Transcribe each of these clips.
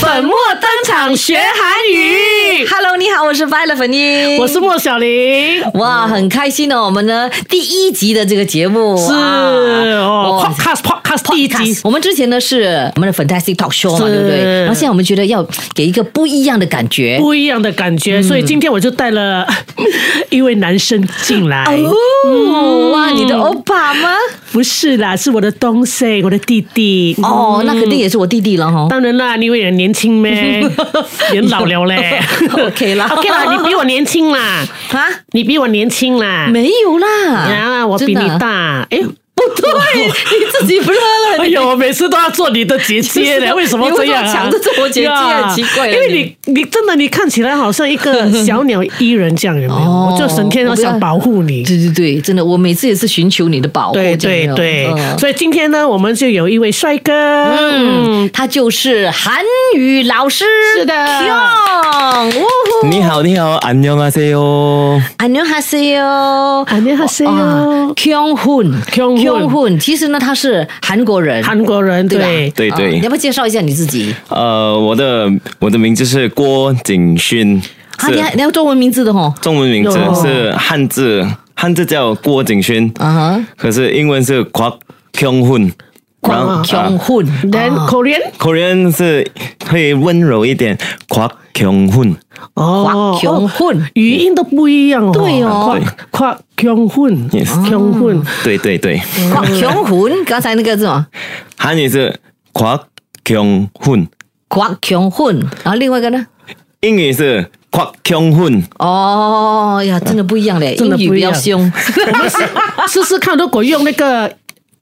粉墨登场学韩语， Hello，你好，我是 Violet 粉英，我是莫小玲。哇，很开心哦，我们呢第一集的这个节目是哦哇，podcast podcast 第一 Podcast，集，我们之前呢是我们的 Fantastic Talk Show 嘛，是对不对？然后现在我们觉得要给一个不一样的感觉，不一样的感觉，嗯所以今天我就带了 一位男生进来。哦，哎哇，你的欧巴吗？不是啦，是我的东西，我的弟弟。哦，那肯定也是我弟弟了哈。当然啦，你以为人年轻 咩？人老了嘞。 OK 啦，OK 啦，你比我年轻啦，啊？你比我年轻啦。没有啦，啊，我比真你的大。哎，不 对，你自己不认了。哎呦，我每次都要做你的姐姐 就是嘞，为什么这样你为什啊？么抢着做我姐姐呀啊奇怪了因为你你真的你看起来好像一 个小鸟依人这样，有没有？哦我就整天都想保护你。对对对，真的，我每次也是寻求你的保护。对真对的对，嗯所以今天呢，我们就有一位帅哥，嗯，嗯，他就是韩语老师，是的 Kyung，呜呼，你好你好，안녕하세요。 안녕하세요， 안녕하세요 哦，Kyung Hoon， Kyung Hoon Hoon，其实呢他是韩国人，韩国人，对吧对？对啊对你要不要介绍一下你自己？呃，我的我的名字是郭景勋，啊，你还是你还有中文名字的吼，中文名字有是汉字，汉字叫郭景勋，啊可是英文是 Kwak Kyung Hun。然后哈，Kyung 啊 Hoon， Then 啊 Korean， Korean 是会温柔一点，Kwak Kyung Hun。哦 Kwak Kyung 哦 Hun 语音都不一样哦。对哦夸强混， Yes 强混，对对对，嗯哇，Kyung Hoon，刚才那个是什么韩语是 Kwak Kyung Hun， ？Kwak Kyung Hoon，然后另外一个呢？英语是 Kwak Kyung Hun。哦呀，真的不一样嘞，啊真的英语不一比较样凶。 试试看，如果用那个。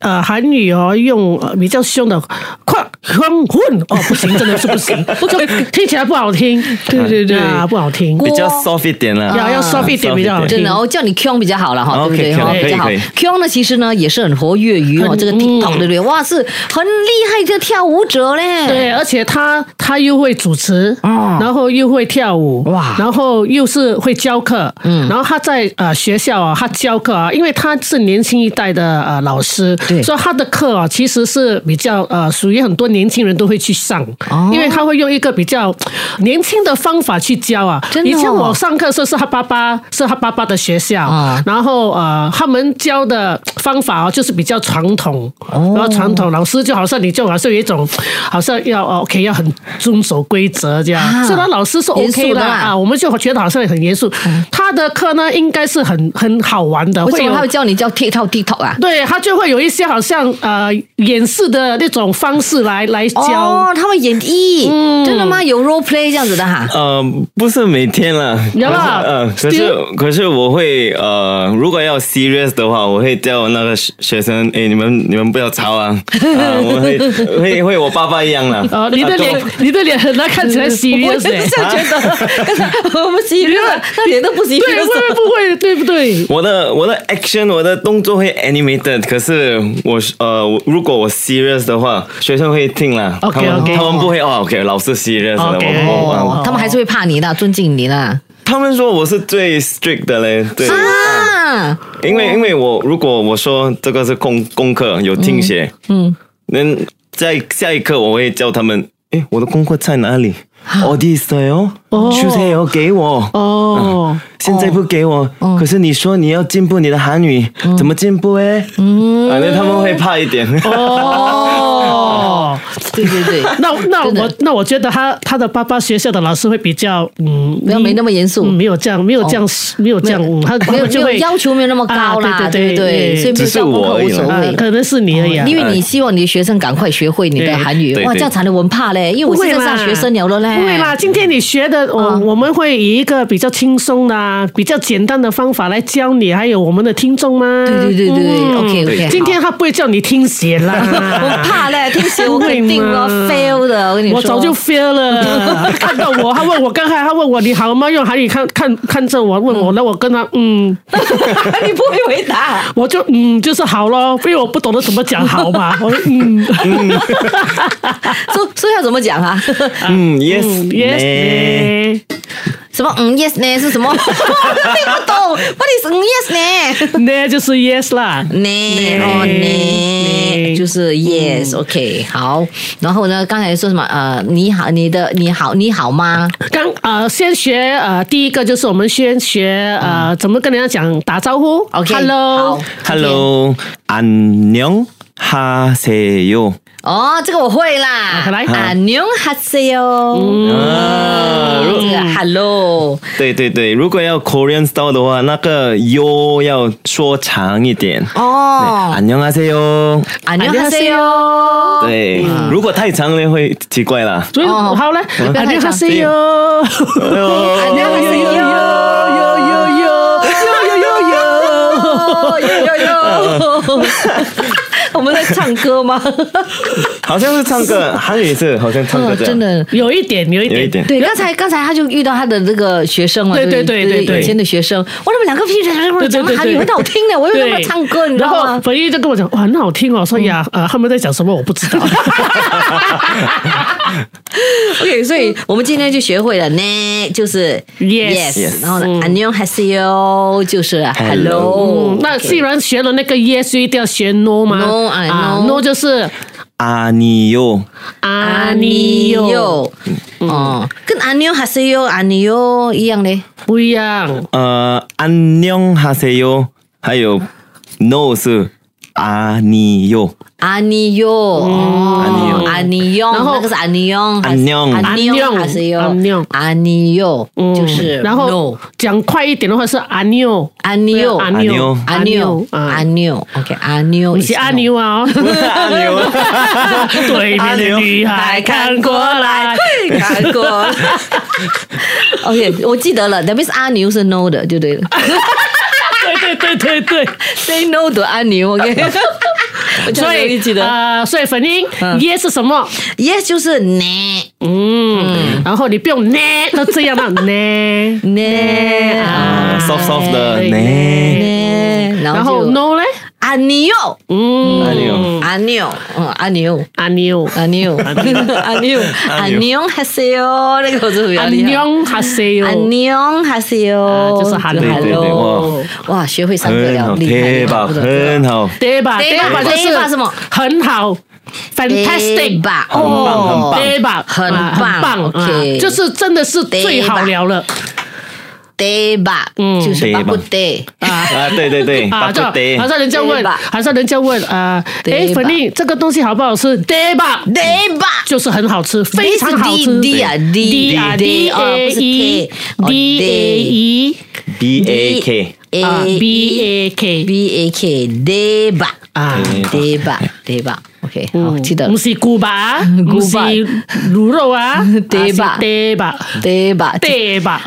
呃，韩语哦，用呃比较凶的“夸强混”哦，不行，真的是 不行，就听起来不好听。对对对，啊，不好听，比较 soft 一点啦，要要 soft 一点比较好听真的，我叫你 Kyung 比较好 了哈，OK，对不对？哈 Kyung，比较好可以可以。 Kyung 呢，其实呢也是很活跃于哦这个 TikTok，对不对？哇，是很厉害的跳舞者嗯嘞。，对，而且他他又会主持，哦然后又会跳舞，哇然后又是会教课，嗯，然后他在呃学校啊，他教课啊，因为他是年轻一代的呃老师，对所以他的课啊其实是比较呃属于很多年轻人都会去上，哦因为他会用一个比较呃年轻的方法去教啊。真的哦以前我上课的时候是他爸爸是他爸爸的学校，啊然后呃他们教的方法啊就是比较传统，哦然后传统老师就好像你就好像有一种好像要哦 OK 要很遵守规则这样，啊虽然老师是严肃 OK 的的啦嗯啊，我们就觉得好像很严肃。他的课呢应该是很很好玩的，为会什有么他会叫你叫 TikTok TikTok 啊？对他就会有一些好像呃演示的那种方式来来教。哦，他们演绎，嗯真的吗？有 role play 这样子 的哈。呃，不是每天啦，有啦可是呃，可是可是我会呃，如果要 serious 的话，我会叫那个学学生，哎，你们你们不要吵 啊，啊，我会会会我爸爸一样啦。呃，你的啊脸都，你的脸很难看起来嗯我也 serious 欸是这样觉得，刚才我们喜乐， 那脸都不喜对，乐。会不会对不对？我的我的 action 我的动作会 animated，可是我呃，我如果我 serious 的话，学生会听啦。 OK，他们 OK 他们不会哦，OK，老师 serious 了， OK 我我我哦，他们还是会怕你的，尊敬你的。他们说我是最 strict 的嘞，对。啊，因为因为我如果我说这个是功功课有听写，嗯，那、在下一课我会叫他们，诶，我的功课在哪里？어디있어요？주세요，给我。哦，现在不给我，可是你说你要进步你的韩语，怎么进步诶？嗯，反正他们会怕一点。哦，对对 对，那那真的我那我觉得他他的爸爸学校的老师会比较嗯，不要没那么严肃嗯，没有这样，没有这样，没有这样，嗯他没有他没就有会要求没有那么啊高啦，对对不对？所以没有只是交功我课而无已啦所啊谓。可能是你而已啊，因为你希望你的学生赶快学会你的韩语，对哇，对这样才能文化嘞。因不为我会现在啦，上学生了了嘞，不会啦，今天你学的，我、嗯我们会以一个比较轻松的啊、比较简单的方法来教你，还有我们的听众吗？嗯对对对对对，OK 对 OK。今天他不会叫你听写啦， 我怕嘞，听写我肯定哦不会嘛 fail 的，我跟你说，我早就 fail 了，看到我，他问我刚才，他问我你好吗？用韩语看看看着我，问我，那我跟他嗯，你不会回答。我就嗯就是好咯，因为我不懂得怎么讲好嘛，我就嗯所所以要怎么讲啊？ 嗯，yes，嗯 yes 呢 네 什么嗯 yes 呢？是什么？我听不懂。What is 嗯 yes 呢？呢就是 yes 啦，呢嗯哦呢，呢就是 yes，OK，、好。然后呢，刚才说什么？呃，你好，你的你好，你好吗？刚呃，先学呃，第一个就是我们先学呃，怎么跟人家讲打招呼。 OK， Hello，好 Hello，안녕하세요。 哦，这个我会啦。好来啊，嗯牛哈塞哟。啊，这个 hello，对对对，如果要 Korean style 的话，那个 yo 要说长一点。哦， 안녕하세요。 啊，牛哈塞哟。对，如果太长了会奇怪啦。所以哦好嘞，不要 안녕 太 하 长 세요， 哎呦 안녕하세요 哦，有有有。 我们在唱歌吗？好像是唱歌，韩语是好像唱歌哦这样。 真的。有一点，有一有一点，点。对，刚才刚才他就遇到他的那个学生了，对对不对对就对是对以前的学生，哇，他们两个屁对对讲的对韩对，语很好 听的，我又对让他唱歌，你知然道后吗？嗯冯一就跟我讲，哇，很好听哦。所以啊，呃，他们在讲什么我不知 道。 OK，所以我们今天就学会了呢，就是 Yes 嗯 Yes 然后呢，안녕하세요就是 hello， Hello 那既然学了那个 yes，就一定要学 no 吗哦 No，哎啊 no ，no 就是 아니요， 啊 안 니嗯 녕 哟，哦，跟안녕하세요안녕요一样嘞，不一样。呃，안녕하세요，还有 no 是아니요， 안녕요嗯哦，안녕요 然后那个是안녕 안녕 안녕하세요 안녕 안녕요 嗯就是然 no 后讲快一点的话是阿妞，阿妞阿阿妞妞，阿妞妞，，阿啊，妞，OK，阿妞，你是阿妞啊？哦阿牛，对面的女孩看过 来，看过。OK，我记得了，that means 阿牛是 no 的，就 对了对对对对对， ，say no to 阿牛，OK 我这样 所容易以记得啊，所以粉英嗯耶是什么？ ，yes 就是呢。嗯，然后你不用呢，都这样嘛呢呢啊 Ah. 啊，soft 어， soft 的 네。 네。 对呢，呢，然然后后就 no Mm. 嘞，阿牛，嗯，阿牛，阿牛，嗯，阿牛。阿妞，阿 牛，阿牛，阿牛，哈西哟，那个我真的比较阿厉害。妞哈塞哟阿，牛，哈西啊哟，Ah, 就是哈对对对 hello。 哇，学会三个很了，好，厉害，贴厉害吧，不得了很好，对吧？对对吧吧？就是对吧什么很好对，fantastic 吧哦很棒很棒对吧？很啊棒很棒啊 OK！就是真的是最好聊了对吧，嗯就是巴对吧不得，啊。啊， 아， 对对对， 아， 巴啊，不就得好，像人家对问，吧好像人家问啊，对哎，吧粉丽，这个东西好不好吃？对吧？对吧。就是很好吃，非常好吃。 D 啊 Oh, D E, D 啊 D D 哦 A 不是 E K 哦 D A E ，B A K， A 啊 B A A K uh, B A K 对吧？啊，对吧？对吧？OK，好，嗯记得不是古 巴，古不是巴卤肉 啊，对吧啊是对吧？对吧？对 吧？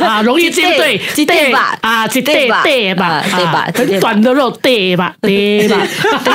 啊，容易鸡记蛋对，鸡蛋对吧啊，鸡对对吧对吧啊？对吧啊鸡很蛋吧短的肉，对 吧？对吧？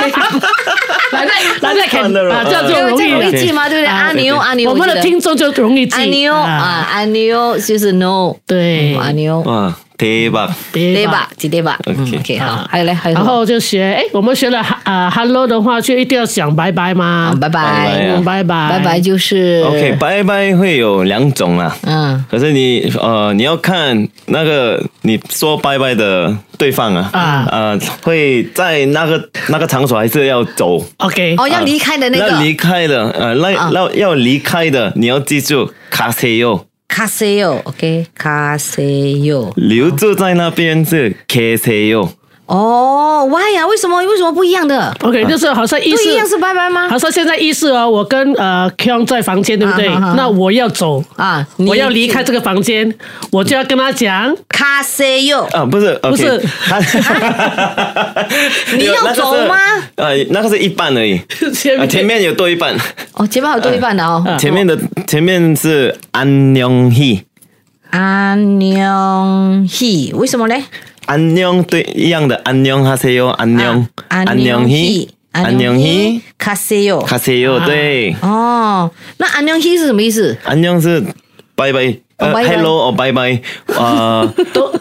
来来来来， 看短的肉啊，这样这就嗯样容易容了易。记吗？对不对？阿牛阿牛，我们的听众就容易记。阿牛啊，，阿牛就是嗯 no，对阿牛哇，贴吧，对对吧吧？？记对吧 OK 嗯？OK，好啊，还有嘞，还有什然么后就学，哎，我们学了啊，hello 的话，就一定要讲拜拜啊嘛，拜拜拜拜啊嗯拜拜，拜拜，就是 OK，拜拜会有两种啦。嗯。可是你呃，你要看那个你说拜拜的对方啊，啊呃，会在那个那个场所还是要走啊，OK，哦，要离开的那要离个开的，呃，那啊那、要离开的，你要记住卡西哟，卡西哟，OK，卡西哟。留住在那边是 K 西哟，哦，Why 呀？为什么为什么不一样的？ OK，就是好像意不思一样是拜拜吗好？像现在意思哦，我跟呃 k o n g 在房间，对不对？啊哈哈那我要走啊你我要离开这个房间，我就要跟他讲，卡西哟，啊，不是，OK， 不是他，你有要那个是走吗呃，那个是一半而已，前呃面前面有多一半，哦，前面还有多一半的哦。前面的前面是安永希。安娘希，为什么嘞？安녕对一样的安녕哈세요安녕 安 녕 娘 히 希，安安 녕 娘 히 아. 希，卡西哟。哈세요 네. 对哦，那安娘希是什么意思？ 安녕是拜拜呃 哦拜拜 어, hello 哦拜拜啊都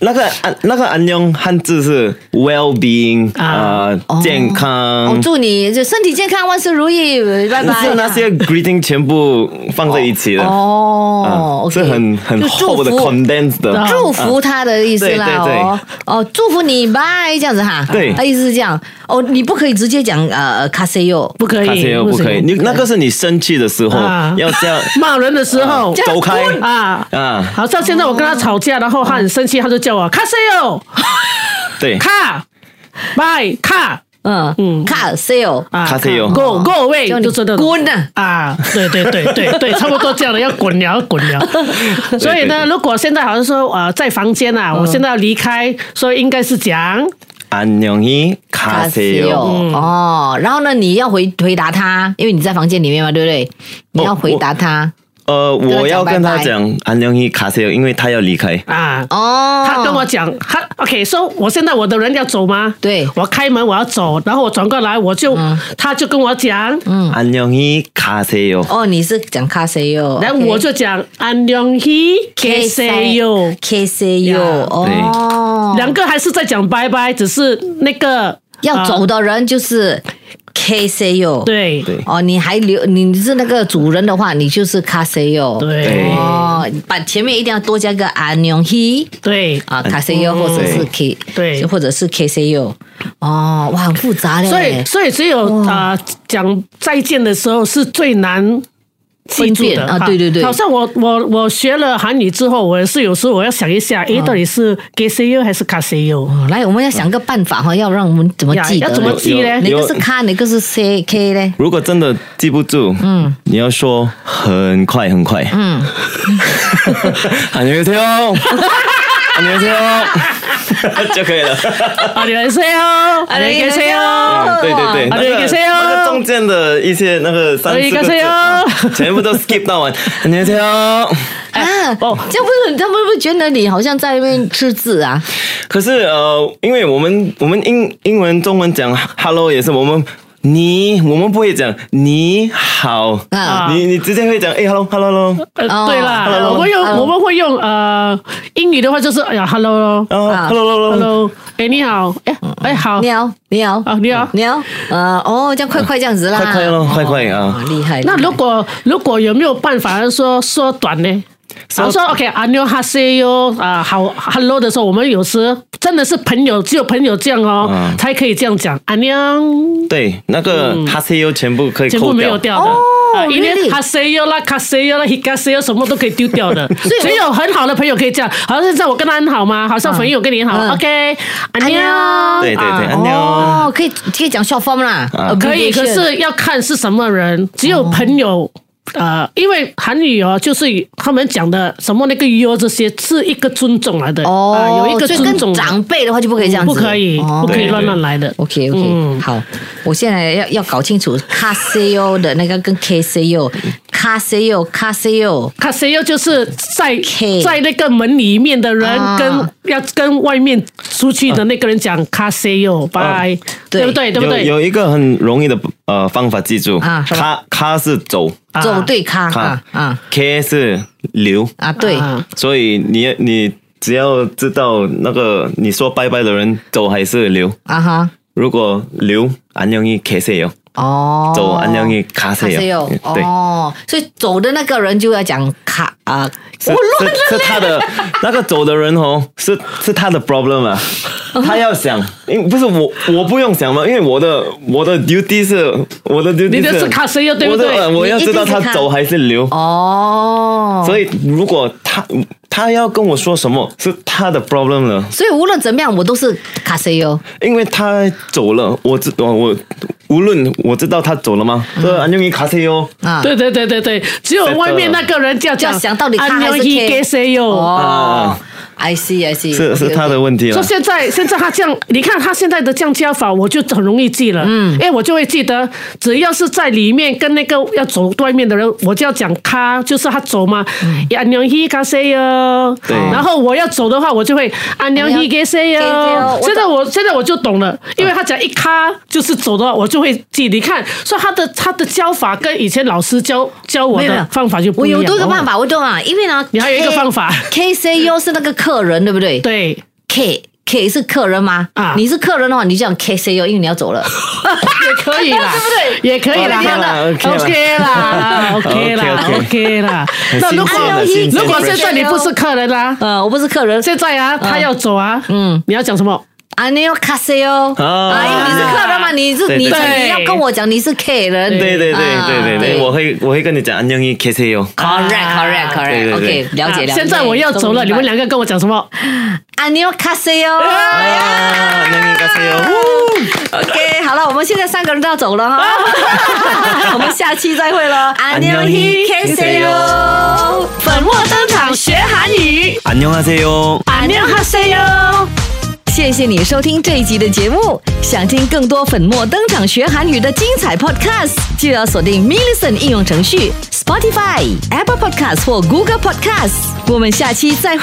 那个安那个安녕汉字是 well being 啊、哦 아, 健康。哦，祝你就身体健康，万事如意，拜那嗯拜。是那些 greeting 全部放在一起的，哦啊， OK 是很很就祝厚的福 condensed 아, 的，祝福他的意思啦，对对对哦哦，祝福你拜这样子哈，对他意思是这样哦，你不可以直接讲呃卡西哟，不可卡以西，欧不可以，行你那个是你生气的时候啊要这样骂人的时候走开啊。啊，好像现在我跟他吵架，然后他很生气，他就叫我卡西哦，对，卡，拜卡嗯嗯，卡西哟，啊卡西欧，go go away，叫你就真的滚啊啊！对对对对 对，差不多这样的，要滚了，要滚 了。所以呢，如果现在好像说呃在房间啊，嗯我现在要离开，所以应该是讲安녕히卡西欧，嗯哦，然后呢，你要回回答他，因为你在房间里面嘛，对不对？你哦要回答他呃，他我要讲跟拜他拜讲安녕히卡西欧，因为他要离开，啊。哦，他跟我讲，他 OK，说、我现在我的人要走吗？对嗯我开门我要走，然后我转过来我就，他就跟我讲，安녕히卡西欧，哦，你是讲卡西哟，然后我就讲安良希 K C U， K C U 呀哦，两个还是在讲拜拜，只是那个要呃走的人就是 K C U，。对对哦，你还留你是那个主人的话，你就是卡西哟。对哦，把前面一定要多加个安永希对，啊，卡西哟，或者是 K，对或者是 K C U。哦，哇，很复杂嘞。所以所以只有啊、呃讲再见的时候是最难。记住分的辨啊对对对好像我我我学了韩语之后，我也是有时候我要想一下，嗯诶，到底是 K C U 还是 K C U？哦来，我们要想个办法哈，要让我们怎么呀记得？要怎么记呢哪有个是卡，哪个是 C K 嘞？如果真的记不住，嗯，你要说很快很快，嗯， 안녕히계세요，안녕히계세요，就可以了。啊，你来 C O，啊，你 K C O，嗯对对对，哇那 어, 안녕히계 个 세요 那个中间的一些那个三四个 안녕히계 字 세요 嗯全部都 아, skip 到完。안녕히계세요。 啊，哦这样不是他们会不会觉得你好像在那边吃字啊？可是呃，因为我们我们英英文中文讲 hello 也是我们你，我们不会讲你好，啊你你直接会讲哎 hello hello hello。呃，哦对啦， hello，我会用 hello 我们会用呃英语的话就是哎呀，hello 咯啊，hello hello， ，hello，哎你好，哎哎好，你好，你好，啊你好你好，呃，哦，这样快快这样子啦，快快咯快快啊哦厉害。那厉害如果如果有没有办法说缩短呢？缩我说 OK，안녕하세요啊，好 hello 的时候，我们有时真的是朋友，只有朋友这样哦，嗯才可以这样讲。안녕， 对，那个 음. hello 全部可以全部扣没有掉。掉的。哦啊因为 really？哈西哟啦、卡西哟啦、히카세요什么都可以丢掉 的，以我只有很好的朋友可以这样。好像现在我跟他很好吗？好像朋友跟你很嗯好，OK，안녕 안녕 对对对，啊安妞。 아, 哦，可以可以讲 short form 啦，啊 abbreviation 可以，可是要看是什么人，只有朋友。呃，因为韩语哦，就是他们讲的什么那个 “yo” 这些，是一个尊重来的。啊哦，有一个所以尊重跟，长辈的话就不可以这样不子，可以，不可以乱乱来的。 OK OK，、嗯好，我现在要要搞清楚 KCO 的那个跟 KCO，KCO KCO，卡西又就是在 K 在那个门里面的人啊跟要跟外面出去的那个人讲卡西又哦拜，对不对？对不对？有有一个很容易的呃方法记住，啊什么咔咔是走，啊走对咖啊咔啊，K 是流，啊对啊所以你你只要知道那个你说拜拜的人走还是流，啊哈如果流，안녕히 K 세요， 哦，走안녕히卡卡 세 세 요 요， 对，哦，所以走的那个人就要讲卡啊，是是是他的那个走的人哦，是是他的 problem 啊，他要想，因为不是我我不用想嘛，因为我的我的 duty 是我的 duty，你的是卡西又对不我的对呃我要知道你一定他是看走还是留。哦，所以如果他他要跟我说什么是他的 problem 了，所以无论怎么样，我都是卡西欧。因为他走了，我知我我无论我知道他走了吗？对，安永伊卡西哟，啊，对对对对对，只有外面那个人叫就讲要想到底他还是 안녕히 K 계세요 哦啊，I see I see，是是他的问题说了。现在现在他这样，你看他现在的降价法，我就很容易记了，嗯，因为我就会记得，只要是在里面跟那个要走外面的人，我就要讲他，就是他走嘛，안녕히가세요。 对然后我要走的话，我就会안녕히계세요。现在我现在我就懂了，因为他讲一咖就是走的话，我就会记。你看，说他的他的教法跟以前老师教教我没有没的有方法就不我一样。有多个哦办，法，我懂啊，因为呢，你还有一个方法 K C U 是那个客人，对不对？对 K K 是客人吗？啊你是客人的话，你就讲 K C O，因为你要走了。也可以啦，对不对？也可以啦 OK 啦，OK 啦，OK 啦 OK，OK ，OK 啦很。那新如鲜果的新鲜如果现在你不是客人啦，呃，我不是客人，现在啊，他要走啊，嗯，你要讲什么？啊，你要 K C O，啊啊，因为你是客人嘛，你是对你对你要跟我讲你是客人。对对对啊对对对，我会我会跟你讲안녕히계세요。 Correct, correct, 对 correct. 对 OK，对了解啊了解。现在我要走了，你们两个啊跟我讲什么？啊，你要 K C O。 안녕히가세요。 OK，好了，我们现在三个人都要走 了哈，我们下期再会喽。안녕 안녕히 히계세요， 粉墨登场学韩语， 안녕하세요. 안녕하세요。 谢谢你收听这一集的节目。想听更多粉墨登场学韩语的精彩 Podcast，就要锁定 m i l l i c e n 应用程序、Spotify、Apple Podcast 或 Google Podcast。我们下期再会。